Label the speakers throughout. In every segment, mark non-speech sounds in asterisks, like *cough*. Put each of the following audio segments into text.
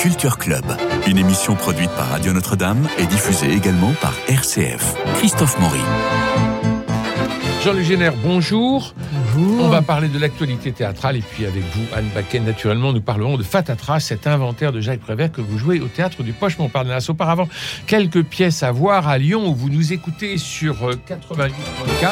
Speaker 1: Culture Club, une émission produite par Radio Notre-Dame et diffusée également par RCF. Christophe Maury.
Speaker 2: Jean-Luc Génère, bonjour.
Speaker 3: bonjour.
Speaker 2: On va parler de l'actualité théâtrale et puis avec vous, Anne Baquet, naturellement, nous parlerons de Fatatra, cet inventaire de Jacques Prévert que vous jouez au théâtre du Poche Montparnasse. Auparavant, quelques pièces à voir à Lyon où vous nous écoutez sur euh, 88.4.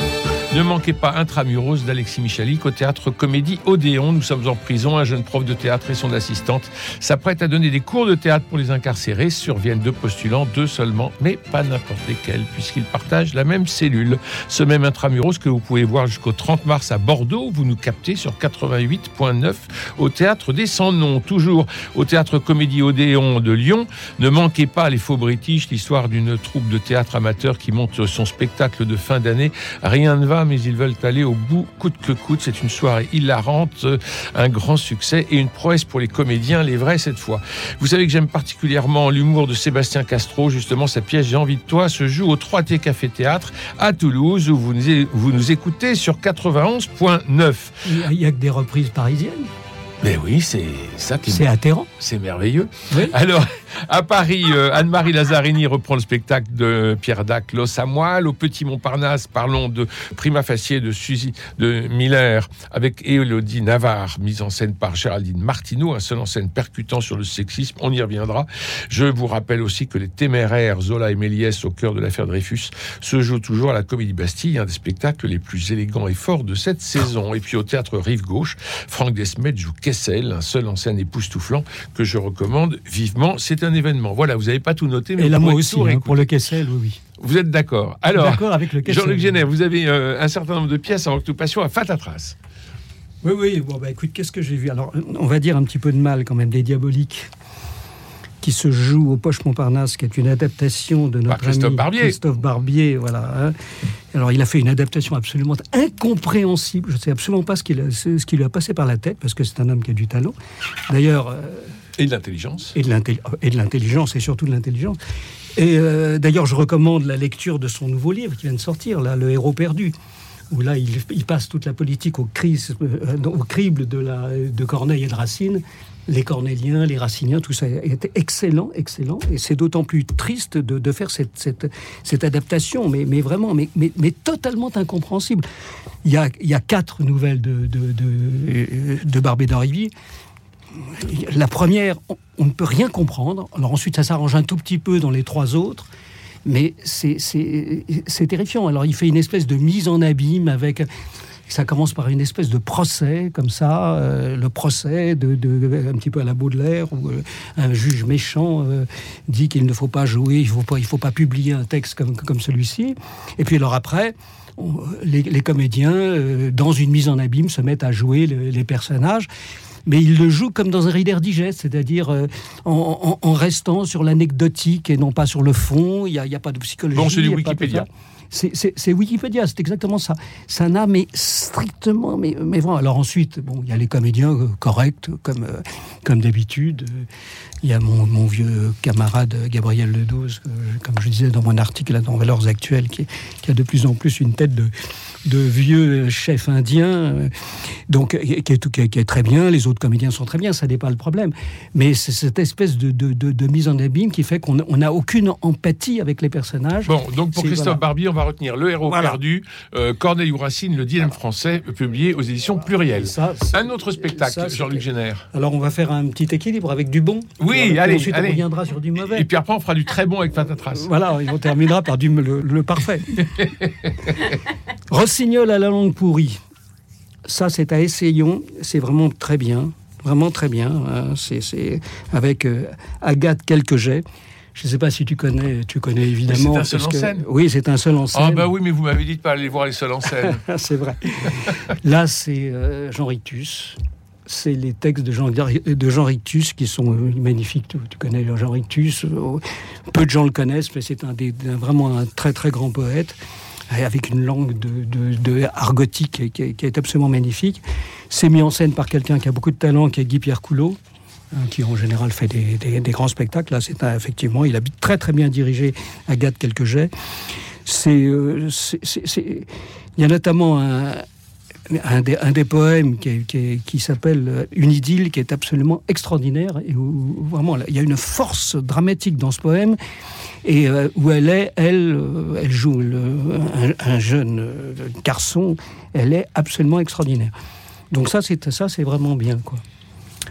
Speaker 2: Ne manquez pas Intramuros d'Alexis Michalik au théâtre Comédie Odéon. Nous sommes en prison. Un jeune prof de théâtre et son assistante s'apprête à donner des cours de théâtre pour les incarcérés. Surviennent deux postulants, deux seulement, mais pas n'importe lesquels, puisqu'ils partagent la même cellule. Ce même Intramuros que vous pouvez voir jusqu'au 30 mars à Bordeaux. Vous nous captez sur 88.9 au théâtre des Sans Noms. Toujours au théâtre Comédie Odéon de Lyon. Ne manquez pas les faux british, l'histoire d'une troupe de théâtre amateur qui monte son spectacle de fin d'année. Rien ne va, mais ils veulent aller au bout coûte que coûte. C'est une soirée hilarante, un grand succès et une prouesse pour les comédiens, les vrais cette fois. Vous savez que j'aime particulièrement l'humour de Sébastien Castro. Justement, sa pièce J'ai envie de toi se joue au 3T Café Théâtre à Toulouse où vous nous, vous nous écoutez sur 91.9.
Speaker 3: Il n'y a, a que des reprises parisiennes.
Speaker 2: Mais oui, c'est ça qui
Speaker 3: C'est atterrant.
Speaker 2: C'est merveilleux. Oui. Alors, à Paris, euh, Anne-Marie Lazzarini reprend le spectacle de Pierre Dac, L'os à moelle. Au Petit Montparnasse, parlons de Prima Facie de Suzy de Miller avec Élodie Navarre, mise en scène par Géraldine Martineau, un seul en scène percutant sur le sexisme. On y reviendra. Je vous rappelle aussi que les téméraires Zola et Méliès au cœur de l'affaire Dreyfus se jouent toujours à la Comédie Bastille, un des spectacles les plus élégants et forts de cette saison. Et puis au théâtre Rive Gauche, Franck Desmet joue Kessel, un seul en scène époustouflant que je recommande vivement. C'est un événement. Voilà, vous n'avez pas tout noté, mais
Speaker 3: et là,
Speaker 2: vous
Speaker 3: moi aussi, hein, pour le Kessel, oui, oui.
Speaker 2: Vous êtes d'accord Alors,
Speaker 3: avec le
Speaker 2: Jean-Luc Génet, vous avez euh, un certain nombre de pièces en occupation à Fatatras.
Speaker 3: Oui, oui. Bon, bah, écoute, qu'est-ce que j'ai vu Alors, on va dire un petit peu de mal quand même des diaboliques qui se joue au Poche Montparnasse, qui est une adaptation de notre
Speaker 2: Bah, Christophe
Speaker 3: ami
Speaker 2: Barbier.
Speaker 3: Christophe Barbier. Voilà. hein. Alors, il a fait une adaptation absolument incompréhensible. Je ne sais absolument pas ce qui, a, ce qui lui a passé par la tête, parce que c'est un homme qui a du talent. D'ailleurs. euh,
Speaker 2: Et de l'intelligence.
Speaker 3: Et de l'intelligence, et, et surtout de l'intelligence. Et euh, d'ailleurs, je recommande la lecture de son nouveau livre qui vient de sortir, là, Le héros perdu où là, il, il, passe toute la politique au, crise, euh, au crible de, la, de, Corneille et de Racine. Les cornéliens, les raciniens, tout ça était excellent, excellent. Et c'est d'autant plus triste de, de faire cette, cette, cette, adaptation, mais, mais vraiment, mais, mais, mais, totalement incompréhensible. Il y a, il y a quatre nouvelles de, de, de, de Barbé d'Orivier. La première, on, on ne peut rien comprendre. Alors ensuite, ça s'arrange un tout petit peu dans les trois autres mais c'est terrifiant. Alors il fait une espèce de mise en abîme avec... Ça commence par une espèce de procès, comme ça, euh, le procès de, de, un petit peu à la Baudelaire, où euh, un juge méchant euh, dit qu'il ne faut pas jouer, il ne faut pas, il faut pas publier un texte comme, comme celui-ci. Et puis alors après, on, les, les, comédiens, euh, dans une mise en abîme, se mettent à jouer le, les personnages mais il le joue comme dans un Reader Digest, c'est-à-dire euh, en, en, en, restant sur l'anecdotique et non pas sur le fond. Il n'y a, a, pas de psychologie.
Speaker 2: Bon, c'est du Wikipédia.
Speaker 3: C'est Wikipédia, c'est exactement ça. Ça n'a mais strictement, mais, mais vraiment. Alors ensuite, bon, il y a les comédiens euh, corrects, comme, euh, comme d'habitude. Euh, Il y a mon, mon vieux camarade euh, Gabriel Ledouz, comme je disais dans mon article dans Valeurs Actuelles, qui, qui a de plus en plus une tête de, de vieux euh, chef indien, euh, donc qui est, qui, est, qui est, très bien. Les autres comédiens sont très bien, ça n'est pas le problème. Mais c'est cette espèce de, de, de, de, mise en abîme qui fait qu'on n'a aucune empathie avec les personnages.
Speaker 2: Bon, donc pour Christophe voilà. Barbier, on va retenir Le héros voilà. perdu, euh, Corneille ou Racine, le dilemme voilà. français, publié aux éditions Pluriel.
Speaker 3: Ça,
Speaker 2: un autre spectacle, Jean-Luc Génère.
Speaker 3: Alors on va faire un petit équilibre avec du bon.
Speaker 2: Oui, allez,
Speaker 3: ensuite
Speaker 2: allez.
Speaker 3: on reviendra sur du mauvais.
Speaker 2: Et puis après, on fera du très bon avec Patatras.
Speaker 3: Voilà, et on terminera par du, le,
Speaker 2: *laughs*
Speaker 3: le parfait. Rossignol à la langue pourrie. Ça, c'est à Essayons. C'est vraiment très bien. Vraiment très bien. hein. C'est avec euh, Agathe Quelquejet. Je ne sais pas si tu connais, tu connais évidemment.
Speaker 2: C'est un seul en scène.
Speaker 3: Que, oui, c'est un seul en scène.
Speaker 2: Ah bah oui, mais vous m'avez dit de pas aller voir les seuls en scène.
Speaker 3: *laughs* c'est vrai. Là, c'est euh, Jean Rictus. C'est les textes de Jean, euh, de Jean Rictus qui sont euh, magnifiques. Tu, tu, connais Jean Rictus. euh, Peu de gens le connaissent, mais c'est un, un, vraiment un très très grand poète avec une langue de, de, de argotique qui est, qui est, absolument magnifique. C'est mis en scène par quelqu'un qui a beaucoup de talent, qui est Guy-Pierre Coulot, hein, qui en général fait des, des, des grands spectacles. Là, c'est effectivement, il a très très bien dirigé Agathe quelques jets. C'est, euh, il y a notamment un, un des, un des poèmes qui, est- qui est- qui s'appelle euh, Une idylle, qui est absolument extraordinaire, et où, où vraiment là, il y a une force dramatique dans ce poème, et euh, où elle est, elle, euh, elle joue le- un, un jeune euh, garçon, elle est absolument extraordinaire. Donc ça, c'est ça, c'est vraiment bien, quoi.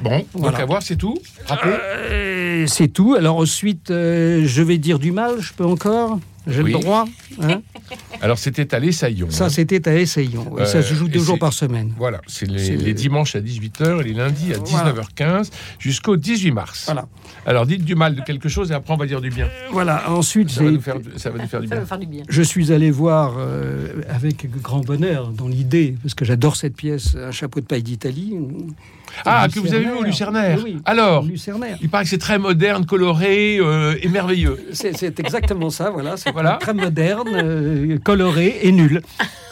Speaker 2: Bon, donc
Speaker 3: Voilà.
Speaker 2: à voir, c'est tout. Rappelez.
Speaker 3: Euh, c'est tout. Alors ensuite, euh, je vais dire du mal, je peux encore J'ai
Speaker 2: Oui.
Speaker 3: le droit
Speaker 2: *laughs*
Speaker 3: hein
Speaker 2: Ah. Alors c'était à l'Essaillon.
Speaker 3: Ça,
Speaker 2: hein.
Speaker 3: c'était à Essayons.
Speaker 2: Euh,
Speaker 3: ça se joue
Speaker 2: et
Speaker 3: deux jours
Speaker 2: c'est-
Speaker 3: par semaine.
Speaker 2: Voilà, c'est les,
Speaker 3: C'est-
Speaker 2: les dimanches à 18h et les lundis à 19h15 jusqu'au 18 mars.
Speaker 3: Voilà.
Speaker 2: Alors dites du mal de quelque chose et après on va dire du bien.
Speaker 3: Voilà, ensuite,
Speaker 2: Euh, Ça va
Speaker 3: j'ai-
Speaker 2: nous faire, ça va nous faire du
Speaker 4: Ça va
Speaker 2: bien.
Speaker 4: faire du bien.
Speaker 3: je suis allé voir euh, avec grand bonheur dans l'idée, parce que j'adore cette pièce, Un chapeau de paille d'Italie.
Speaker 2: Ah, que vous avez vu au Lucernaire.
Speaker 3: Oui, oui,
Speaker 2: Alors,
Speaker 3: Lucernaire.
Speaker 2: il paraît que c'est très moderne, coloré euh, et merveilleux.
Speaker 3: C'est c'est exactement ça, voilà. C'est
Speaker 2: Voilà.
Speaker 3: très moderne, euh, coloré et nul.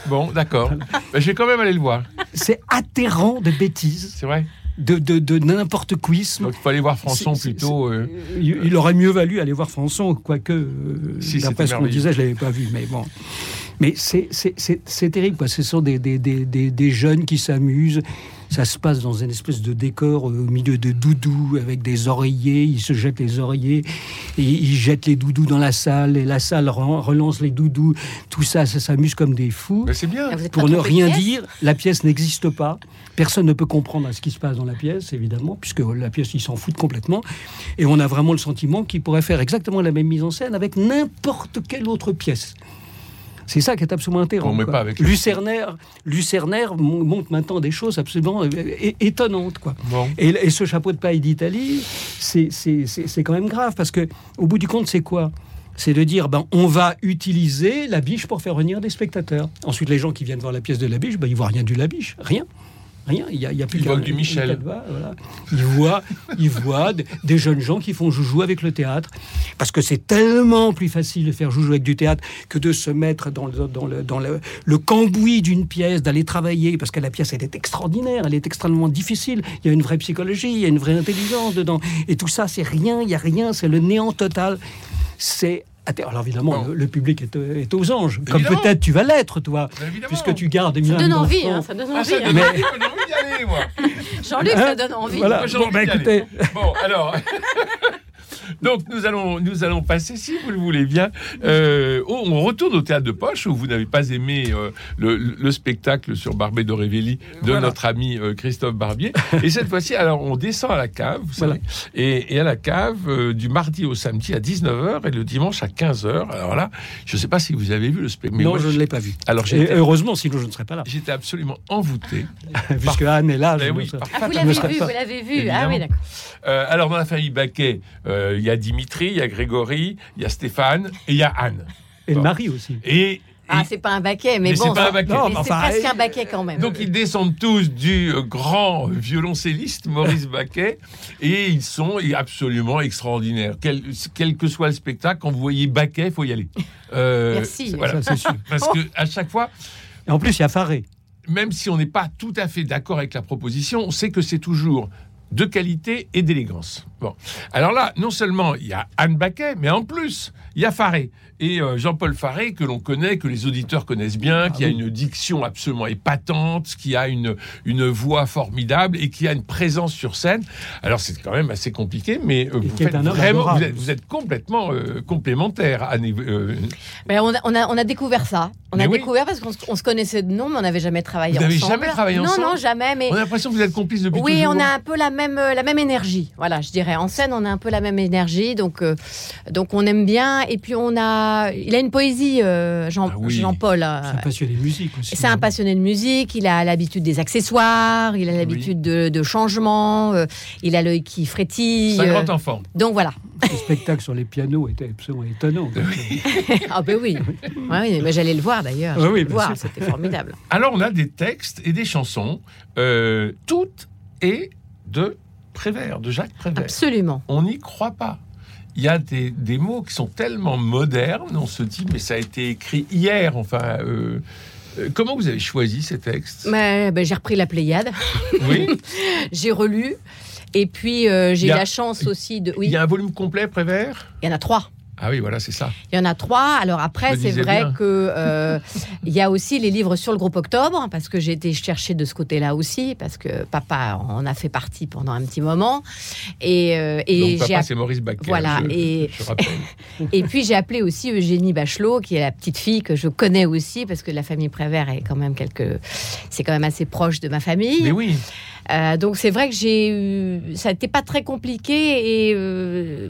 Speaker 2: Bon, d'accord. Ben, je vais quand même aller le voir,
Speaker 3: C'est atterrant de bêtises,
Speaker 2: c'est vrai.
Speaker 3: de, de, de n'importe quisme.
Speaker 2: Donc il faut aller voir Françon
Speaker 3: C'est- c'est-
Speaker 2: plutôt. euh,
Speaker 3: Il, il aurait mieux valu aller voir Françon, quoique, euh,
Speaker 2: Si, c'était
Speaker 3: d'après ce qu'on
Speaker 2: merveilleux.
Speaker 3: disait, je ne l'avais pas vu, mais bon. Mais c'est- c'est c'est- c'est terrible, quoi. Ce sont des, des, des, des, des jeunes qui s'amusent. Ça se passe dans une espèce de décor euh, au milieu de doudous, avec des oreillers. Ils se jettent les oreillers, et ils jettent les doudous dans la salle, et la salle ren- relance les doudous. Tout ça, ça s'amuse comme des fous.
Speaker 2: ben, c'est bien.
Speaker 4: Ah, vous êtes
Speaker 3: Pour
Speaker 4: pas
Speaker 3: ne
Speaker 4: trompé de
Speaker 3: rien
Speaker 4: pièce
Speaker 3: dire, la pièce n'existe pas. Personne ne peut comprendre ce qui se passe dans la pièce, évidemment, puisque la pièce, ils s'en foutent complètement. Et on a vraiment le sentiment qu'ils pourraient faire exactement la même mise en scène avec n'importe quelle autre pièce. C'est ça qui est absolument intéressant.
Speaker 2: On met pas avec-
Speaker 3: Lucernaire, Lucernaire mon- montre maintenant des choses absolument euh, é- étonnantes, quoi.
Speaker 2: Bon.
Speaker 3: Et, et ce chapeau de paille d'Italie, c'est- c'est c'est- c'est quand même grave parce que au bout du compte, c'est quoi c'est de dire, ben, on va utiliser la biche pour faire venir des spectateurs. Ensuite, les gens qui viennent voir la pièce de la biche, ben, ils voient rien du la biche, rien. Rien, il n'y a, il y a plus
Speaker 2: Ils
Speaker 3: qu'un-
Speaker 2: voient du Michel.
Speaker 3: une tête bas, voilà. Ils voient, ils voient des, des jeunes gens qui font joujou avec le théâtre. Parce que c'est tellement plus facile de faire joujou avec du théâtre que de se mettre dans le, dans le, dans le, le cambouis d'une pièce, d'aller travailler. Parce que la pièce, elle est extraordinaire, elle est extrêmement difficile. Il y a une vraie psychologie, il y a une vraie intelligence dedans. Et tout ça, c'est rien, il n'y a rien, c'est le néant total. C'est. Alors évidemment,
Speaker 2: Bon.
Speaker 3: le, le public est, est aux anges, comme
Speaker 2: Évidemment.
Speaker 3: peut-être tu vas l'être, toi,
Speaker 2: Évidemment.
Speaker 3: puisque tu gardes
Speaker 4: Ça
Speaker 3: bien
Speaker 4: donne envie, hein, ça donne
Speaker 2: Ah,
Speaker 4: envie.
Speaker 2: ça donne
Speaker 4: hein.
Speaker 2: envie, j'ai envie d'y aller, moi.
Speaker 4: Jean-Luc,
Speaker 2: Ah,
Speaker 3: Hein
Speaker 4: ça donne envie.
Speaker 3: Voilà.
Speaker 2: Moi, j'ai
Speaker 3: Bon,
Speaker 2: envie
Speaker 3: bah,
Speaker 2: d'y aller.
Speaker 3: écoutez.
Speaker 2: Bon, alors. *laughs* Donc nous allons, nous allons passer, si vous le voulez bien, euh, au- on retourne au théâtre de poche où vous n'avez pas aimé euh, le, le spectacle sur Barbé d'Aurevilly de
Speaker 3: Voilà.
Speaker 2: notre ami euh, Christophe Barbier. Et cette fois-ci, alors on descend à la cave, vous savez, et, et à la cave euh, du mardi au samedi à 19h et le dimanche à 15h. Alors là, je ne sais pas si vous avez vu le spectacle.
Speaker 3: Non, je ne l'ai pas vu.
Speaker 2: Alors
Speaker 3: Et euh,
Speaker 2: j'étais
Speaker 3: heureusement, sinon je ne serais pas là. Ben
Speaker 2: j'étais absolument envoûté.
Speaker 3: *laughs* Puisque Anne est là,
Speaker 2: Eh
Speaker 3: je
Speaker 2: oui,
Speaker 3: ne serais-
Speaker 2: par
Speaker 4: Ah, vous
Speaker 3: ne
Speaker 4: l'avez
Speaker 3: serait
Speaker 4: vu,
Speaker 3: pas-
Speaker 4: vous l'avez vu. Ah
Speaker 2: Évidemment.
Speaker 4: oui, d'accord.
Speaker 2: Euh, alors, dans la famille Baquet, euh, il y a Dimitri, il y a Grégory, il y a Stéphane et il y a Anne.
Speaker 3: et Marie aussi.
Speaker 2: Et, et-
Speaker 4: Ah, c'est pas un baquet, mais,
Speaker 2: Mais
Speaker 4: bon.
Speaker 2: c'est pas un baquet. Oh, bah,
Speaker 4: mais
Speaker 3: Non, mais
Speaker 4: c'est
Speaker 3: enfin,
Speaker 4: presque
Speaker 3: euh,
Speaker 4: un baquet quand même.
Speaker 2: donc, ils descendent tous du euh, grand violoncelliste Maurice
Speaker 4: *laughs*
Speaker 2: Baquet et ils sont absolument extraordinaires. Quel, quel que soit le spectacle, quand vous voyez Baquet, il faut y aller. Euh,
Speaker 4: Merci. Oh.
Speaker 2: voilà.
Speaker 3: Ça, c'est sûr.
Speaker 2: Parce que à chaque fois,
Speaker 3: Et en plus, il y a Faré.
Speaker 2: même si on n'est pas tout à fait d'accord avec la proposition, on sait que c'est toujours de qualité et d'élégance. Bon, alors là, non seulement il y a Anne Baquet, mais en plus, il y a Faré. Et euh, Jean-Paul Faré, que l'on connaît, que les auditeurs connaissent
Speaker 3: Ah
Speaker 2: bien, qui a une diction absolument épatante, qui a une, une voix formidable et qui a une présence sur scène. Alors c'est quand même assez compliqué, mais euh,
Speaker 3: Et
Speaker 2: vous,
Speaker 3: qui est
Speaker 2: faites
Speaker 3: un homme
Speaker 2: vraiment, vous,
Speaker 3: adorable.
Speaker 2: êtes, vous êtes complètement euh, complémentaires, Anne. et- euh,
Speaker 4: Mais on, a, on, a, on a découvert ça. On
Speaker 2: Mais
Speaker 4: a
Speaker 2: oui.
Speaker 4: découvert parce qu'on se- on se connaissait de nom, mais on n'avait jamais travaillé
Speaker 2: Vous
Speaker 4: ensemble.
Speaker 2: n'avez jamais travaillé ensemble
Speaker 4: Non, non, jamais. Mais
Speaker 2: on a l'impression que vous êtes complices depuis
Speaker 4: oui,
Speaker 2: toujours.
Speaker 4: on a un peu la même, euh, la même énergie. Voilà, je dirais. En scène, on a un peu la même énergie. Donc, euh, donc on aime bien. Et puis, on a. Il a une poésie, euh, Jean,
Speaker 2: Ah oui.
Speaker 4: Jean-Paul. euh,
Speaker 3: C'est un passionné de musique aussi.
Speaker 4: C'est un passionné de musique, il a l'habitude des accessoires, il a l'habitude de, de changements, euh, il a l'œil qui frétille. euh,
Speaker 2: 50 enfants.
Speaker 4: donc voilà. *laughs*
Speaker 3: Le spectacle sur les pianos était absolument étonnant.
Speaker 4: Ah ben oui. Ouais, oui, mais j'allais le voir d'ailleurs.
Speaker 3: Ah
Speaker 4: J'allais
Speaker 3: oui,
Speaker 4: le
Speaker 3: bien sûr.
Speaker 4: voir, c'était formidable.
Speaker 2: Alors on a des textes et des chansons, euh, toutes et de Prévert, de Jacques Prévert.
Speaker 4: Absolument.
Speaker 2: On n'y croit pas. Il y a des, des mots qui sont tellement modernes, on se dit mais ça a été écrit hier. Enfin, euh, euh, comment vous avez choisi ces textes
Speaker 4: Mais, ben, j'ai repris la Pléiade,
Speaker 2: Oui,
Speaker 4: j'ai relu, et puis euh, j'ai
Speaker 2: Il y
Speaker 4: eu
Speaker 2: a-
Speaker 4: la chance aussi de. *laughs* Oui,
Speaker 2: il y a un volume complet Prévert.
Speaker 4: il y en a trois.
Speaker 2: Ah oui, voilà, c'est ça.
Speaker 4: Il y en a trois. Alors
Speaker 2: Je
Speaker 4: après,
Speaker 2: me
Speaker 4: c'est
Speaker 2: disais
Speaker 4: vrai
Speaker 2: bien.
Speaker 4: que euh, il y a aussi les livres sur le groupe Octobre, parce que j'ai été chercher de ce côté-là aussi, parce que papa en a fait partie pendant un petit moment. Et, euh, et
Speaker 2: Donc
Speaker 4: j'ai
Speaker 2: papa,
Speaker 4: app-
Speaker 2: c'est Maurice Baquet. hein,
Speaker 4: Voilà,
Speaker 2: je-
Speaker 4: et-
Speaker 2: je
Speaker 4: *laughs*
Speaker 2: rappelle.
Speaker 4: et puis j'ai appelé aussi Eugénie Bachelot, qui est la petite fille que je connais aussi, parce que la famille Prévert est quand même quelque, c'est quand même assez proche de ma famille.
Speaker 2: Mais oui.
Speaker 4: Euh, donc c'est vrai que j'ai eu, ça n'était pas très compliqué et euh,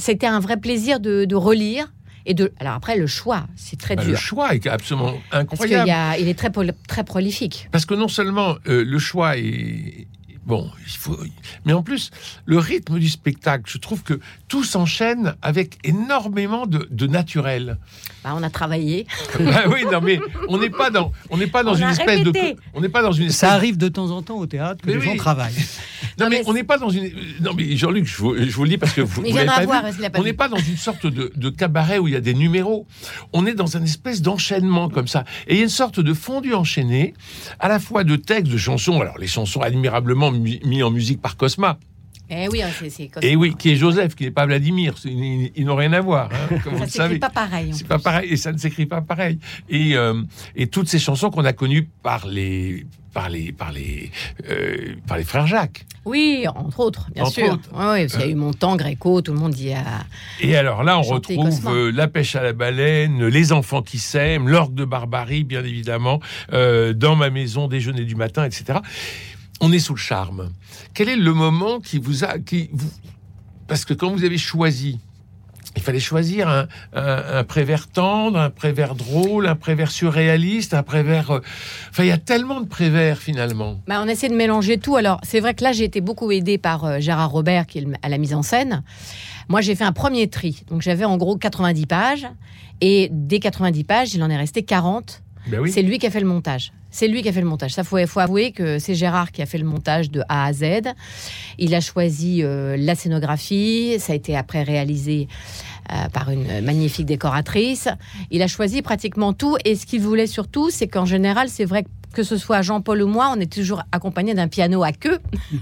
Speaker 4: c'était un vrai plaisir de, de relire et de. Alors après le choix, c'est très
Speaker 2: Bah, le
Speaker 4: dur.
Speaker 2: choix est absolument
Speaker 4: Parce qu'il
Speaker 2: incroyable.
Speaker 4: y a- il est très, pol- très prolifique.
Speaker 2: Parce que non seulement euh, le choix est bon, il faut, mais en plus le rythme du spectacle, je trouve que tout s'enchaîne avec énormément de, de
Speaker 4: *laughs*
Speaker 2: naturel.
Speaker 4: Bah, on a travaillé.
Speaker 2: Bah oui, non mais on n'est pas dans, on n'est pas dans
Speaker 4: On
Speaker 2: une
Speaker 4: a
Speaker 2: espèce
Speaker 4: répété.
Speaker 2: de, on n'est pas dans une espèce
Speaker 5: Ça arrive de temps en temps au théâtre que
Speaker 2: Mais
Speaker 5: les gens
Speaker 2: oui.
Speaker 5: travaillent.
Speaker 2: Non,
Speaker 4: Non,
Speaker 2: mais,
Speaker 4: mais
Speaker 2: on n'est pas dans une. Non mais Jean-Luc, je vous, je vous le dis parce que vous.
Speaker 4: Il
Speaker 2: vous l'avez
Speaker 4: vient de la
Speaker 2: pas
Speaker 4: voir,
Speaker 2: vu.
Speaker 4: parce qu'il l'a pas
Speaker 2: On
Speaker 4: vu.
Speaker 2: n'est pas dans une sorte de, de cabaret où il y a des numéros. On est dans un espèce d'enchaînement comme ça. Et il y a une sorte de fondu enchaîné, à la fois de textes, de chansons. Alors les chansons admirablement mi- mis en musique par Cosma.
Speaker 4: Eh oui, hein, c'est- c'est comme
Speaker 2: Et oui, qui est Joseph, qui n'est pas Vladimir. C'est- Ils, ils n'ont rien à voir,
Speaker 4: *laughs*
Speaker 2: hein, comme vous
Speaker 4: Ça
Speaker 2: le savez.
Speaker 4: s'écrit pas pareil. hein. en
Speaker 2: C'est
Speaker 4: plus.
Speaker 2: pas pareil, et ça ne s'écrit pas pareil. Et, euh, et toutes ces chansons qu'on a connues par les, par les, par les, euh, par les frères Jacques.
Speaker 4: Oui, entre autres, bien
Speaker 2: Entre
Speaker 4: sûr.
Speaker 2: autres.
Speaker 4: Ouais, ouais, parce qu'il y a eu mon temps gréco, tout le monde y a.
Speaker 2: Et alors là, on
Speaker 4: Chanter
Speaker 2: retrouve
Speaker 4: Cosma.
Speaker 2: euh, la pêche à la baleine, les enfants qui s'aiment, l'orgue de barbarie, bien évidemment, euh, dans ma maison, déjeuner du matin, etc. On est sous le charme. Quel est le moment qui vous a, qui vous, parce que quand vous avez choisi, il fallait choisir un, un, un prévert tendre, un prévert drôle, un prévert surréaliste, un prévert. euh, Enfin, il y a tellement de prévert finalement.
Speaker 4: Bah, on essaie de mélanger tout. Alors, c'est vrai que là, j'ai été beaucoup aidée par euh, Gérard Robert, qui est le- à la mise en scène. Moi, j'ai fait un premier tri. Donc, j'avais en gros 90 pages. Et des 90 pages, il en est resté 40.
Speaker 2: Ben oui.
Speaker 4: C'est lui qui a fait le montage. C'est lui qui a fait le montage. Ça, faut, faut avouer que c'est Gérard qui a fait le montage de A à Z. Il a choisi euh, la scénographie. Ça a été après réalisé euh, par une magnifique décoratrice. Il a choisi pratiquement tout. Et ce qu'il voulait surtout, c'est qu'en général, c'est vrai que que ce soit Jean-Paul ou moi, on est toujours accompagné d'un piano à queue *laughs*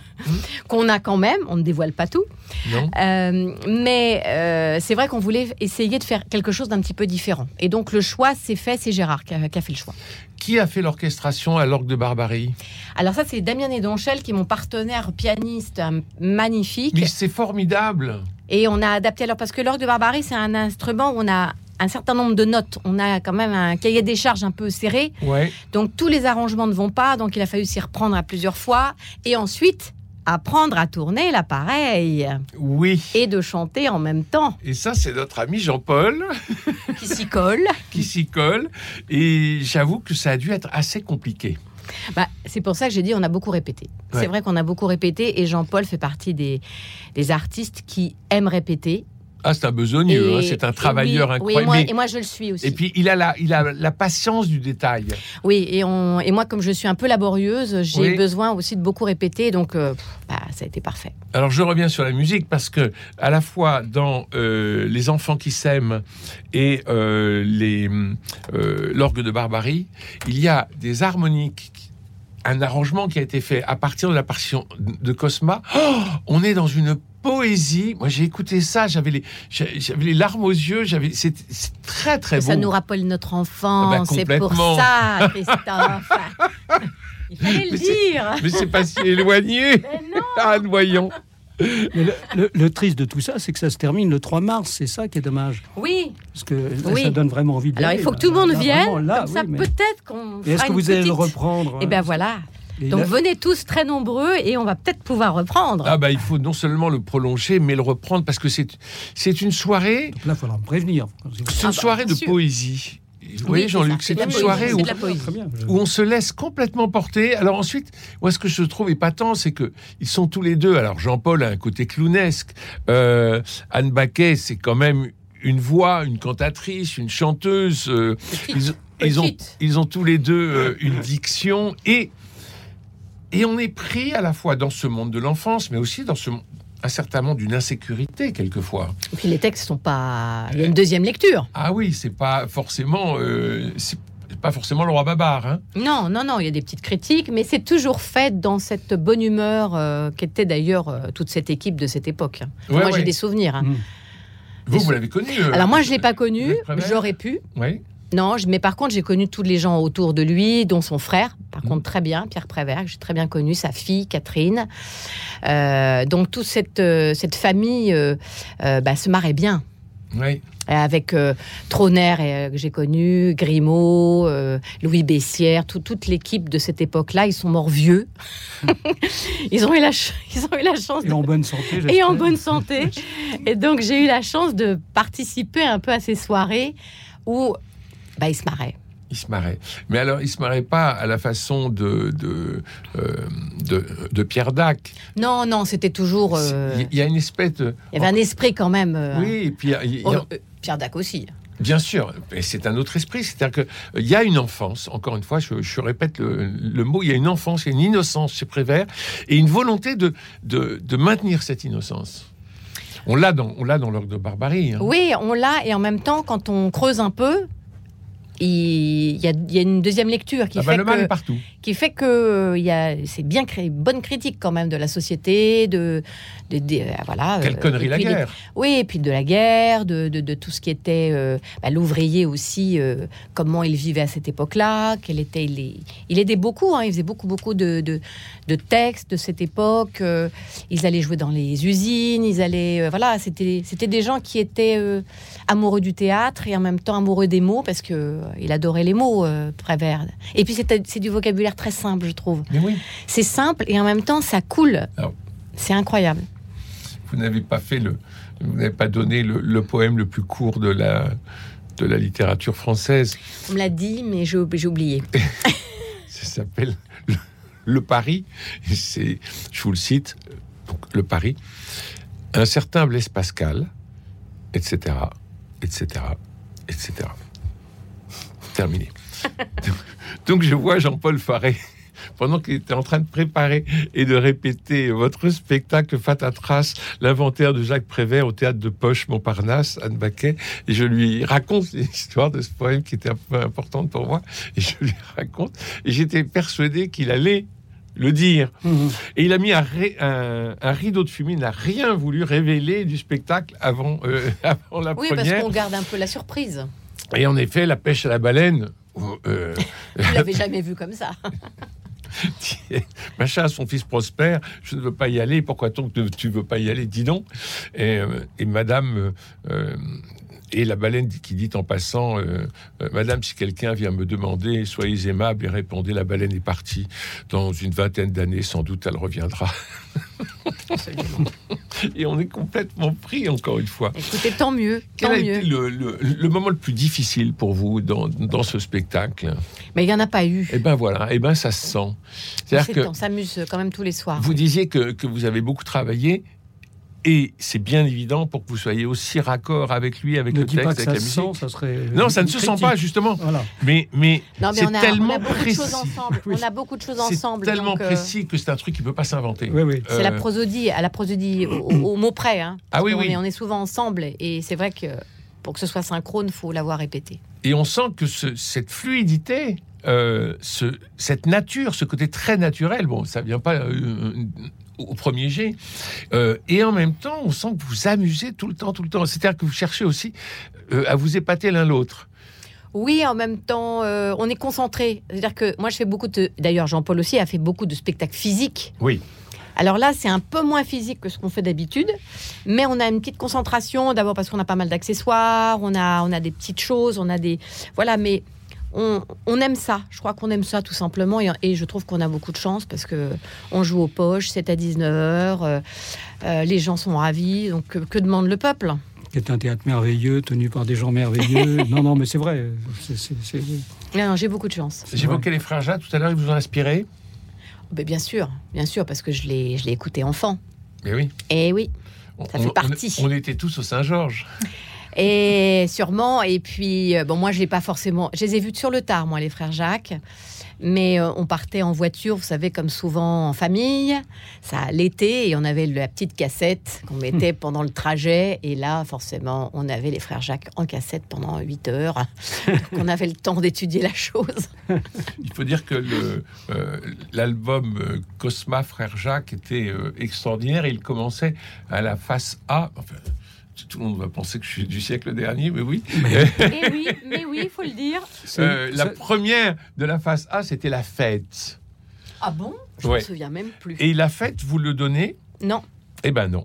Speaker 4: qu'on a quand même. On ne dévoile pas tout.
Speaker 2: Non.
Speaker 4: Euh, mais euh, c'est vrai qu'on voulait essayer de faire quelque chose d'un petit peu différent. Et donc le choix s'est fait, c'est Gérard qui a, qui a fait le choix.
Speaker 2: Qui a fait l'orchestration à l'orgue de barbarie
Speaker 4: Alors ça, c'est Damien Edonchel qui est mon partenaire pianiste un- magnifique.
Speaker 2: Mais c'est formidable.
Speaker 4: Et on a adapté alors parce que l'orgue de barbarie, c'est un instrument où on a un certain nombre de notes. On a quand même un cahier des charges un peu serré.
Speaker 2: Ouais.
Speaker 4: Donc tous les arrangements ne vont pas, donc il a fallu s'y reprendre à plusieurs fois. Et ensuite, apprendre à tourner l'appareil
Speaker 2: Oui.
Speaker 4: et de chanter en même temps,
Speaker 2: Et ça, c'est notre ami Jean-Paul
Speaker 4: *laughs* qui s'y colle.
Speaker 2: qui s'y colle. Et j'avoue que ça a dû être assez compliqué.
Speaker 4: Bah, c'est pour ça que j'ai dit on a beaucoup répété.
Speaker 2: Ouais.
Speaker 4: C'est vrai qu'on a beaucoup répété et Jean-Paul fait partie des, des artistes qui aiment répéter.
Speaker 2: Ah, c'est un besogneux,
Speaker 4: Et-
Speaker 2: hein, c'est un
Speaker 4: et
Speaker 2: travailleur
Speaker 4: oui, oui,
Speaker 2: incroyable.
Speaker 4: moi-
Speaker 2: Mais-
Speaker 4: et, moi, je le suis aussi.
Speaker 2: et puis, il a, la, il a la patience du détail.
Speaker 4: oui, et, on, et moi, comme je suis un peu laborieuse, j'ai
Speaker 2: Oui.
Speaker 4: besoin aussi de beaucoup répéter. Donc, euh, pff, bah, ça a été parfait.
Speaker 2: Alors, je reviens sur la musique parce que, à la fois dans euh, Les enfants qui s'aiment et euh, les, euh, l'orgue de barbarie, il y a des harmoniques. qui- Un arrangement qui a été fait à partir de la partition de Cosma. Oh, on est dans une poésie. Moi, j'ai écouté ça, j'avais les, j'a- j'avais les larmes aux yeux. J'avais, c'est, c'est très très beau.
Speaker 4: Ça nous rappelle notre enfance.
Speaker 2: Ah bah,
Speaker 4: c'est pour
Speaker 2: complètement. *laughs*
Speaker 4: ça, Christophe. Il fallait
Speaker 2: Mais
Speaker 4: le dire.
Speaker 2: Mais c'est pas si
Speaker 4: *laughs*
Speaker 2: éloigné. Anne, voyons.
Speaker 3: Mais le, le- le triste de tout ça, c'est que ça se termine le 3 mars. C'est ça qui est dommage.
Speaker 4: Oui.
Speaker 3: Parce que là,
Speaker 4: Oui.
Speaker 3: ça donne vraiment envie de
Speaker 4: Alors, il faut que tout le monde vienne. comme ça,
Speaker 3: peut
Speaker 4: peut-être qu'on.
Speaker 3: Et est-ce
Speaker 4: fera
Speaker 3: que
Speaker 4: une
Speaker 3: vous allez le
Speaker 4: petite-
Speaker 3: reprendre
Speaker 4: Eh
Speaker 3: hein
Speaker 4: ben voilà.
Speaker 3: Et
Speaker 4: Donc
Speaker 3: là-
Speaker 4: venez tous très nombreux et on va peut-être pouvoir reprendre.
Speaker 2: Ah bah il faut non seulement le prolonger, mais le reprendre parce que c'est c'est une soirée,
Speaker 3: donc là, il faudra me prévenir.
Speaker 2: c'est
Speaker 4: Ah
Speaker 2: une
Speaker 4: bah,
Speaker 2: soirée de
Speaker 4: bien sûr.
Speaker 2: poésie. Vous
Speaker 4: Oui,
Speaker 2: voyez Jean-Luc,
Speaker 4: ça,
Speaker 2: c'est
Speaker 4: de la
Speaker 2: une
Speaker 4: poésie,
Speaker 2: soirée
Speaker 4: c'est
Speaker 2: où
Speaker 4: de la poésie.
Speaker 3: Très bien. je-
Speaker 2: où on se laisse complètement porter. Alors ensuite, moi, ce que je trouve épatant, c'est que ils sont tous les deux. Alors Jean-Paul a un côté clownesque. Euh, Anne Baquet, c'est quand même une voix, une cantatrice, une chanteuse. euh, ils, ils ont,
Speaker 4: Petite.
Speaker 2: ils ont tous les deux euh, une diction et et on est pris à la fois dans ce monde de l'enfance, mais aussi dans ce mon- un certain monde d'une insécurité quelquefois.
Speaker 4: Et puis les textes sont pas. Il y a une deuxième lecture.
Speaker 2: Ah oui, c'est pas forcément euh, c'est pas forcément le roi Babar. Hein.
Speaker 4: Non, non, non, il y a des petites critiques, mais c'est toujours fait dans cette bonne humeur euh, qu'était d'ailleurs euh, toute cette équipe de cette époque.
Speaker 2: Ouais,
Speaker 4: Moi,
Speaker 2: ouais.
Speaker 4: j'ai des souvenirs. hein.
Speaker 3: Mm.
Speaker 2: Vous, vous l'avez connu euh,
Speaker 4: Alors moi, je ne l'ai pas connu,
Speaker 2: Jacques Prévert
Speaker 4: j'aurais pu.
Speaker 2: Oui.
Speaker 4: Non, je- mais par contre, j'ai connu tous les gens autour de lui, dont son frère, par
Speaker 2: Mhm.
Speaker 4: contre très bien, Pierre Prévert, que j'ai très bien connu, sa fille, Catherine. Euh, donc toute cette, euh, cette famille euh, euh, bah, se marrait bien.
Speaker 2: oui.
Speaker 4: Euh, Avec euh, Troner, euh, que j'ai connu, Grimaud, euh, Louis Bessière, tout- toute l'équipe de cette époque-là, ils sont
Speaker 2: *laughs*
Speaker 4: morts vieux. ils, ont eu la ch- ils ont eu la chance
Speaker 3: Et en bonne santé.
Speaker 4: et
Speaker 3: j'espère.
Speaker 4: en bonne santé. Et donc j'ai eu la chance de participer un peu à ces soirées où bah, ils se marraient.
Speaker 2: Il se marrait. Mais alors, il se marrait pas à la façon de, de, euh, de, de Pierre Dac.
Speaker 4: Non, non, c'était toujours. euh,
Speaker 2: Il y a une espèce de.
Speaker 4: il y avait un esprit quand même. euh,
Speaker 2: Oui, et puis il y a- il y a-
Speaker 4: oh, euh, Pierre Dac aussi.
Speaker 2: bien sûr, mais c'est un autre esprit. C'est-à-dire que euh, il y a une enfance. Encore une fois, je, je répète le, le mot. Il y a une enfance, il y a une innocence chez Prévert et une volonté de, de, de maintenir cette innocence. On l'a dans on l'a dans l'orgue de Barbarie. hein.
Speaker 4: Oui, on l'a, et en même temps, quand on creuse un peu, il il y, a, il y a une deuxième lecture qui
Speaker 2: Ah bah,
Speaker 4: fait
Speaker 2: le mal
Speaker 4: que-
Speaker 2: est partout.
Speaker 4: qui fait que euh, il y a c'est bien cré... bonne critique quand même de la société de, de- de- euh, voilà
Speaker 2: Quelle
Speaker 4: euh,
Speaker 2: connerie
Speaker 4: et
Speaker 2: la
Speaker 4: puis des-
Speaker 2: guerre.
Speaker 4: oui et puis de la guerre de, de- de tout ce qui était euh, bah, l'ouvrier aussi euh, comment il vivait à cette époque-là quel était il est- il aidait beaucoup hein, il faisait beaucoup beaucoup de, de, de textes de cette époque euh, ils allaient jouer dans les usines ils allaient euh, voilà c'était c'était des gens qui étaient euh, amoureux du théâtre et en même temps amoureux des mots parce que euh, il adorait les mots euh, Prévert. Et puis c'était- c'est du vocabulaire très simple, je trouve.
Speaker 2: Mais oui.
Speaker 4: C'est simple et en même temps ça coule.
Speaker 2: Alors.
Speaker 4: C'est incroyable.
Speaker 2: vous n'avez pas fait le, vous n'avez pas donné le, le poème le plus court de la de la littérature française.
Speaker 4: On me l'a dit, mais j'ai oub- j'ai oublié.
Speaker 2: Ça s'appelle le, le Paris. Et C'est, je vous le cite, donc, le Paris. Un certain Blaise Pascal, etc., etc., etc. Terminé. *laughs* donc je vois Jean-Paul Faré. Pendant qu'il était en train de préparer et de répéter votre spectacle Fatatras, l'inventaire de Jacques Prévert au théâtre de Poche Montparnasse, Anne Baquet, et je lui raconte l'histoire de ce poème qui était un peu importante pour moi, et je lui raconte, et j'étais persuadé qu'il allait le dire.
Speaker 3: Mhm.
Speaker 2: Et il a mis un, ré- un- un rideau de fumée, il n'a rien voulu révéler du spectacle avant, euh, *laughs* avant la
Speaker 4: Oui, parce
Speaker 2: première.
Speaker 4: qu'on garde un peu
Speaker 2: *laughs*
Speaker 4: la surprise.
Speaker 2: Et en effet, la pêche à la baleine. euh, *laughs*
Speaker 4: Vous l'avez jamais vu comme ça.
Speaker 2: machin à son fils Prosper, je ne veux pas y aller, pourquoi donc ne- tu veux pas y aller, dis donc. Et, euh, et madame, euh, euh, et la baleine qui dit en passant, euh, euh, madame, si quelqu'un vient me demander, soyez aimable et répondez, la baleine est partie. Dans une vingtaine d'années, sans doute, elle reviendra. et on est complètement pris, encore une fois.
Speaker 4: Écoutez, tant mieux,
Speaker 2: Quel
Speaker 4: tant
Speaker 2: a
Speaker 4: mieux.
Speaker 2: été le, le- le moment le plus difficile pour vous dans, dans ce spectacle
Speaker 4: Mais il y en a pas eu.
Speaker 2: Eh ben voilà, eh ben ça se sent.
Speaker 4: C'est- On s'amuse quand même tous les soirs.
Speaker 2: Vous disiez que, que vous avez beaucoup travaillé, et c'est bien évident pour que vous soyez aussi raccord avec lui, avec
Speaker 3: Ne
Speaker 2: le
Speaker 3: dis pas
Speaker 2: texte,
Speaker 3: que
Speaker 2: avec
Speaker 3: ça
Speaker 2: la
Speaker 3: se
Speaker 2: musique.
Speaker 3: sent, ça serait.
Speaker 2: non, ça ne se sent
Speaker 3: critique.
Speaker 2: pas justement.
Speaker 3: Voilà.
Speaker 2: Mais mais
Speaker 4: Non, mais
Speaker 2: c'est
Speaker 4: on a, on
Speaker 2: tellement
Speaker 4: a beaucoup
Speaker 2: précis.
Speaker 4: de choses ensemble.
Speaker 3: Oui.
Speaker 4: On a beaucoup de choses
Speaker 2: C'est
Speaker 4: ensemble.
Speaker 2: tellement
Speaker 4: donc, euh,
Speaker 2: précis que c'est un truc qui peut pas s'inventer.
Speaker 3: Oui, oui.
Speaker 4: C'est la
Speaker 2: Euh,
Speaker 4: prosodie, à la prosodie, au, au- au mot près. hein.
Speaker 2: Ah oui,
Speaker 4: on,
Speaker 2: oui.
Speaker 4: Est, on est souvent ensemble et c'est vrai que pour que ce soit synchrone, faut l'avoir répété.
Speaker 2: Et on sent que ce- cette fluidité, euh, ce- cette nature, ce côté très naturel, bon, ça vient pas euh, au premier jet. Euh, et en même temps, on sent que vous vous amusez tout le temps, tout le temps. C'est-à-dire que vous cherchez aussi euh, à vous épater l'un l'autre.
Speaker 4: Oui, en même temps, euh, on est concentré. C'est-à-dire que moi, je fais beaucoup de. D'ailleurs, Jean-Paul aussi a fait beaucoup de spectacles physiques.
Speaker 2: Oui.
Speaker 4: Alors là, c'est un peu moins physique que ce qu'on fait d'habitude, mais on a une petite concentration. D'abord parce qu'on a pas mal d'accessoires, on a, on a des petites choses, on a des. Voilà, mais on, on aime ça. Je crois qu'on aime ça tout simplement. Et, et je trouve qu'on a beaucoup de chance parce que on joue aux poches, c'est à 19h, euh, les gens sont ravis. Donc que, que demande le peuple
Speaker 3: Qui est un théâtre merveilleux, tenu par des
Speaker 2: *laughs*
Speaker 3: gens merveilleux. non, non, mais c'est vrai. C'est- c'est- c'est-
Speaker 4: Eh Non, non, J'ai beaucoup de chance.
Speaker 3: c'est vrai.
Speaker 2: J'évoquais les frères Jacques tout à l'heure, ils vous ont inspiré
Speaker 4: Ben, bien sûr, bien sûr, parce que je l'ai je l'ai écouté enfant.
Speaker 2: Mais oui.
Speaker 4: Et oui.
Speaker 2: On,
Speaker 4: Ça fait
Speaker 2: on- on-
Speaker 4: partie.
Speaker 2: On, était tous au Saint-Georges.
Speaker 4: Et sûrement. Et puis, euh, bon, moi, je l'ai pas forcément. Je les ai vus sur le tard, moi, les frères Jacques. Mais euh, on partait en voiture, vous savez, comme souvent en famille. Ça, l'été, et on avait la petite cassette qu'on mettait
Speaker 2: Hmm.
Speaker 4: pendant le trajet. Et là, forcément, on avait les frères Jacques en cassette pendant 8 heures. *laughs* Donc, on avait le temps d'étudier la chose.
Speaker 2: Il faut dire que le, euh, l'album euh, Cosma Frères Jacques était euh, extraordinaire. Il commençait à la face A, enfin, tout le monde va penser que je suis du siècle dernier, mais oui.
Speaker 5: Et oui, mais oui, il faut le dire.
Speaker 2: Euh, la première de la face A, c'était la fête.
Speaker 4: Ah bon Je
Speaker 2: Ouais.
Speaker 4: me souviens même plus.
Speaker 2: Et la fête, vous le donnez
Speaker 4: Non.
Speaker 2: Eh ben non.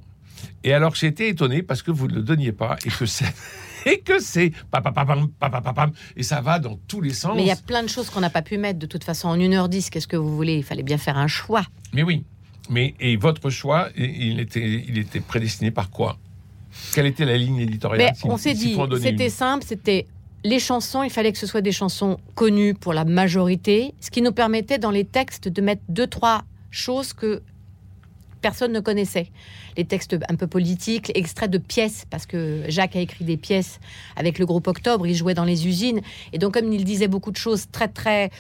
Speaker 2: Et alors j'étais étonné parce que vous ne le donniez pas et que c'est *laughs* et que c'est papapapam, papapapam, et ça va dans tous les sens.
Speaker 4: Mais il y a plein de choses qu'on n'a pas pu mettre de toute façon en 1h10. Qu'est-ce que vous voulez Il fallait bien faire un choix.
Speaker 2: Mais oui. Mais et votre choix, i- il était il était prédestiné par quoi Quelle était la ligne éditoriale
Speaker 4: Mais
Speaker 2: si-
Speaker 4: on s'est
Speaker 2: s'il
Speaker 4: dit,
Speaker 2: faut en donner
Speaker 4: c'était
Speaker 2: une
Speaker 4: simple, c'était les chansons, il fallait que ce soit des chansons connues pour la majorité, ce qui nous permettait dans les textes de mettre deux, trois choses que personne ne connaissait. Les textes un peu politiques, extraits de pièces, parce que Jacques a écrit des pièces avec le groupe Octobre, il jouait dans les usines, et donc comme il disait beaucoup de choses très, très,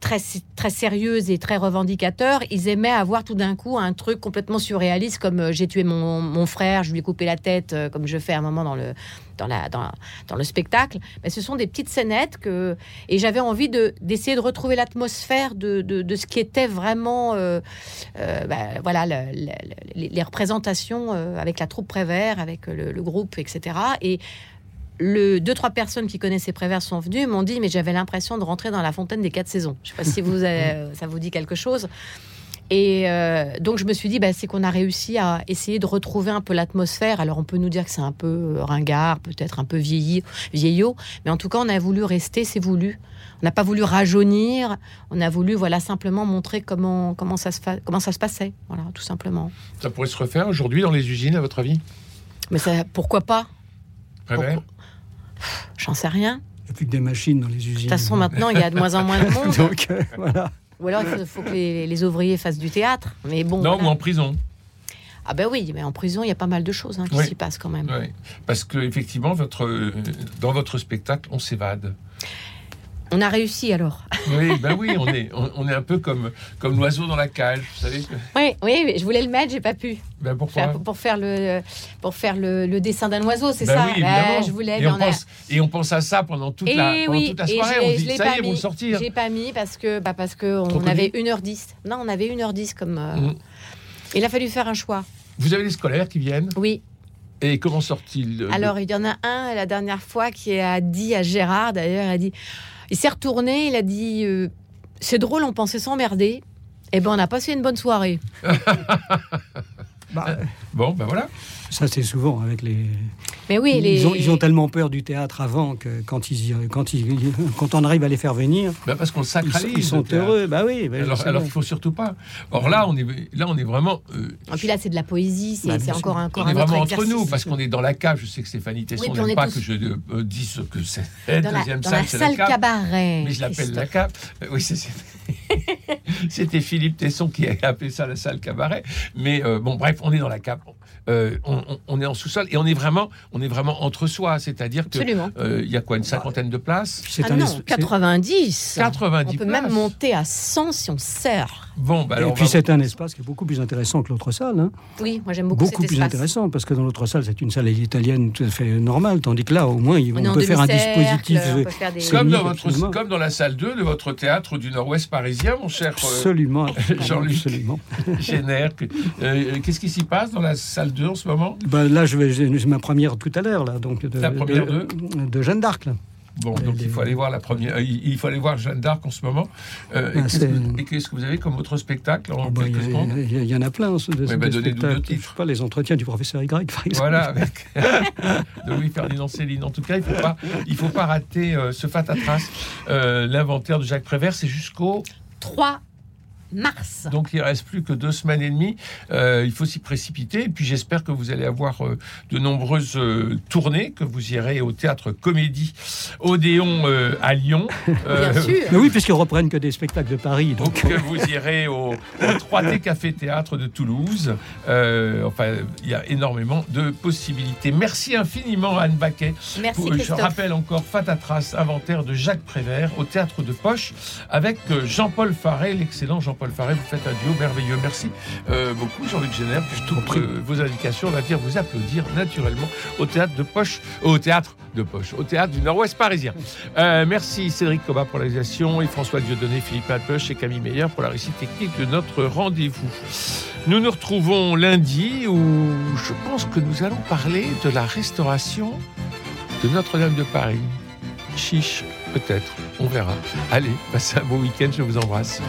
Speaker 4: très, très sérieuses et très revendicateurs, ils aimaient avoir tout d'un coup un truc complètement surréaliste, comme euh, j'ai tué mon, mon frère, je lui ai coupé la tête, euh, comme je fais à un moment dans le, dans, la, dans, dans le spectacle, mais ce sont des petites scénettes que et j'avais envie de d'essayer de retrouver l'atmosphère de, de, de ce qui était vraiment euh, euh, bah, voilà le- le- le- les, les représentations euh, avec la troupe Prévert, avec le, le groupe, etc. Et le, deux trois personnes qui connaissaient Prévert sont venues m'ont dit mais j'avais l'impression de rentrer dans la fontaine des quatre saisons. Je sais pas si vous avez- ça vous dit quelque chose. Et euh, donc je me suis dit, bah, c'est qu'on a réussi à essayer de retrouver un peu l'atmosphère. Alors on peut nous dire que c'est un peu euh, ringard, peut-être un peu vieilli, vieillot, mais en tout cas on a voulu rester, c'est voulu. On n'a pas voulu rajeunir, on a voulu voilà simplement montrer comment comment ça se fa- comment ça se passait, voilà tout simplement.
Speaker 2: Ça pourrait se refaire aujourd'hui dans les usines, à votre avis
Speaker 4: Mais ça, pourquoi pas
Speaker 2: Prévert
Speaker 4: J'en sais rien.
Speaker 3: n'y a plus que des machines dans les
Speaker 4: De
Speaker 3: usines.
Speaker 4: toute façon maintenant il y a de moins en moins de
Speaker 2: *laughs*
Speaker 4: monde.
Speaker 3: Donc, euh, voilà.
Speaker 4: Ou alors il faut, faut que les, les ouvriers fassent du théâtre. Mais bon.
Speaker 2: Non,
Speaker 4: voilà.
Speaker 2: ou en prison.
Speaker 4: Ah ben oui, mais en prison il y a pas mal de choses hein, qui
Speaker 2: Oui.
Speaker 4: s'y passent quand même.
Speaker 2: Ouais. Parce que effectivement, votre euh, dans votre spectacle, on s'évade.
Speaker 4: On a réussi alors.
Speaker 2: Oui, ben oui, on est on, on est un peu comme comme l'oiseau dans la cage, vous savez.
Speaker 4: Oui, oui, je voulais le mettre, j'ai pas pu.
Speaker 2: Ben pourquoi
Speaker 4: Faire- pour faire le pour faire le, le dessin d'un oiseau, c'est
Speaker 2: Bah
Speaker 4: ça
Speaker 2: oui,
Speaker 4: Bah,
Speaker 2: évidemment.
Speaker 4: Je voulais.
Speaker 2: et,
Speaker 4: mais
Speaker 2: on
Speaker 4: on a-
Speaker 2: pense, et on pense à ça pendant toute,
Speaker 4: Eh
Speaker 2: la, pendant
Speaker 4: oui,
Speaker 2: toute la
Speaker 4: et
Speaker 2: soirée.
Speaker 4: je
Speaker 2: on
Speaker 4: l'ai-
Speaker 2: se
Speaker 4: je
Speaker 2: dit,
Speaker 4: l'ai
Speaker 2: ça
Speaker 4: pas
Speaker 2: y est,
Speaker 4: mis.
Speaker 2: vont le sortir.
Speaker 4: J'ai pas mis parce que bah parce que
Speaker 2: Trop
Speaker 4: on
Speaker 2: connu.
Speaker 4: avait 1h10. Non, on avait 1h10 comme. euh,
Speaker 2: Mm.
Speaker 4: Il a fallu faire un choix.
Speaker 2: Vous avez les scolaires qui viennent.
Speaker 4: Oui.
Speaker 2: Et comment sortent-ils euh,
Speaker 4: Alors il y en a un la dernière fois qui a dit à Gérard d'ailleurs, il a dit, il s'est retourné, il a dit, euh, c'est drôle, on pensait s'emmerder. Eh ben on a passé une bonne soirée.
Speaker 3: Bah,
Speaker 2: Bon, ben voilà.
Speaker 3: ça, c'est souvent avec les.
Speaker 4: Mais oui, les-
Speaker 3: Ils, ont, ils ont tellement peur du théâtre avant que quand, ils, y- quand, ils, quand on arrive à les faire venir,
Speaker 2: Ben parce qu'on le
Speaker 3: ils, sont-
Speaker 2: sacralise.
Speaker 3: ils sont
Speaker 2: le théâtre.
Speaker 3: heureux. Bah oui, bah,
Speaker 2: Alors,
Speaker 3: c'est
Speaker 2: alors
Speaker 3: vrai.
Speaker 2: qu'il faut surtout pas. Or là, on est là, on est vraiment, euh,
Speaker 4: Et puis là c'est de la poésie, c'est
Speaker 3: Bah,
Speaker 4: c'est
Speaker 3: bien sûr.
Speaker 4: encore un encore
Speaker 2: on est
Speaker 4: un autre
Speaker 2: vraiment entre
Speaker 4: exercice.
Speaker 2: nous parce qu'on est dans la cave. Je sais que Stéphanie Tesson
Speaker 4: puis on
Speaker 2: n'aime
Speaker 4: est
Speaker 2: pas
Speaker 4: tous-
Speaker 2: que je euh, dise ce que c'est. La
Speaker 4: dans la,
Speaker 2: deuxième
Speaker 4: dans
Speaker 2: salle,
Speaker 4: la
Speaker 2: c'est
Speaker 4: salle
Speaker 2: la cave.
Speaker 4: cabaret.
Speaker 2: Mais je l'appelle la
Speaker 4: Christophe.
Speaker 2: cave. Euh, Oui, c'est- c'est- c'était Philippe Tesson qui a appelé ça la salle cabaret. Mais euh, bon, bref, on est dans la cave. Euh, on, on- on est en sous-sol et on est vraiment, on est vraiment entre soi. C'est-à-dire que
Speaker 4: Absolument.
Speaker 2: euh, il y a quoi, une cinquantaine de places
Speaker 3: C'est
Speaker 4: Ah
Speaker 3: un
Speaker 4: non,
Speaker 3: es- c'est-
Speaker 4: 90.
Speaker 2: 90
Speaker 4: On peut
Speaker 2: places.
Speaker 4: même monter à 100 si on serre.
Speaker 2: Bon, bah, alors
Speaker 3: Et puis
Speaker 2: on va-
Speaker 3: c'est un espace qui est beaucoup plus intéressant que l'autre salle. hein.
Speaker 4: Oui, moi j'aime beaucoup,
Speaker 3: Beaucoup,
Speaker 4: cet
Speaker 3: plus
Speaker 4: espace.
Speaker 3: intéressant, parce que dans l'autre salle, c'est une salle italienne tout à fait normale, tandis que là, au moins, il-
Speaker 4: On est
Speaker 3: on
Speaker 4: en
Speaker 3: peut faire un
Speaker 4: demi-cercle,
Speaker 3: dispositif.
Speaker 4: on
Speaker 3: euh,
Speaker 4: peut faire des-
Speaker 3: c'est
Speaker 2: comme
Speaker 3: mieux,
Speaker 2: dans, votre,
Speaker 3: absolument.
Speaker 2: comme dans la salle 2 de votre théâtre du Nord-Ouest parisien, mon cher euh,
Speaker 3: Absolument, *laughs*
Speaker 2: Jean-Luc.
Speaker 3: absolument.
Speaker 2: Génère. que- euh, Qu'est-ce qui s'y passe dans la salle 2 en ce moment
Speaker 3: Ben là, je vais, j'ai- j'ai ma première tout à l'heure, là, donc de,
Speaker 2: La première
Speaker 3: de, de Jeanne d'Arc. là.
Speaker 2: Bon, donc
Speaker 3: Ben, Les-
Speaker 2: il faut aller voir la première. euh, il il faut aller voir Jeanne d'Arc en ce moment. Euh, et
Speaker 3: Ah,
Speaker 2: qu'est-ce
Speaker 3: c'est-
Speaker 2: que- et qu'est-ce que vous avez comme autre spectacle en
Speaker 3: Oh, ben, Il
Speaker 2: quelques
Speaker 3: y a-
Speaker 2: secondes
Speaker 3: il y, a- il y en a plein. ce- De,
Speaker 2: Ouais, ben,
Speaker 3: des
Speaker 2: donnez-nous deux
Speaker 3: spectacles.
Speaker 2: titres.
Speaker 3: Je sais pas, les entretiens du professeur Y, par exemple.
Speaker 2: Voilà, avec *laughs* de Louis-Ferdinand Céline. En tout cas, il faut pas, il faut pas rater euh, ce fatatras. Euh, L'inventaire de Jacques Prévert, c'est jusqu'au.
Speaker 4: 3 mars.
Speaker 2: Donc, il reste plus que deux semaines et demie. Euh, il faut s'y précipiter. Et puis, j'espère que vous allez avoir euh, de nombreuses euh, tournées, que vous irez au théâtre Comédie Odéon euh, à Lyon.
Speaker 4: *laughs* Bien
Speaker 2: Euh,
Speaker 4: sûr.
Speaker 3: Mais oui, puisqu'ils reprennent que des spectacles de Paris. Donc,
Speaker 2: Donc euh, vous irez au, au 3D Café Théâtre de Toulouse. Euh, enfin, il y a énormément de possibilités. Merci infiniment Anne Baquet.
Speaker 4: Merci
Speaker 2: Pour- euh, je
Speaker 4: Christophe.
Speaker 2: rappelle encore Fatatras, inventaire de Jacques Prévert au Théâtre de Poche avec euh, Jean-Paul Faré, l'excellent Jean-Paul Faré. Vous faites un duo merveilleux. Merci euh, beaucoup Jean-Luc Génère. Puis je trouve que vos indications, on va dire vous applaudir naturellement au Théâtre de Poche, au Théâtre de Poche, au Théâtre du Nord-Ouest parisien. Euh, merci Cédric Coba pour la réalisation et François Dieudonné, Philippe Alpeuch et Camille Meyer pour la réussite technique de notre rendez-vous. Nous nous retrouvons lundi où je pense que nous allons parler de la restauration de Notre-Dame de Paris. Chiche, peut-être, on verra. Allez, passez un bon week-end, je vous embrasse.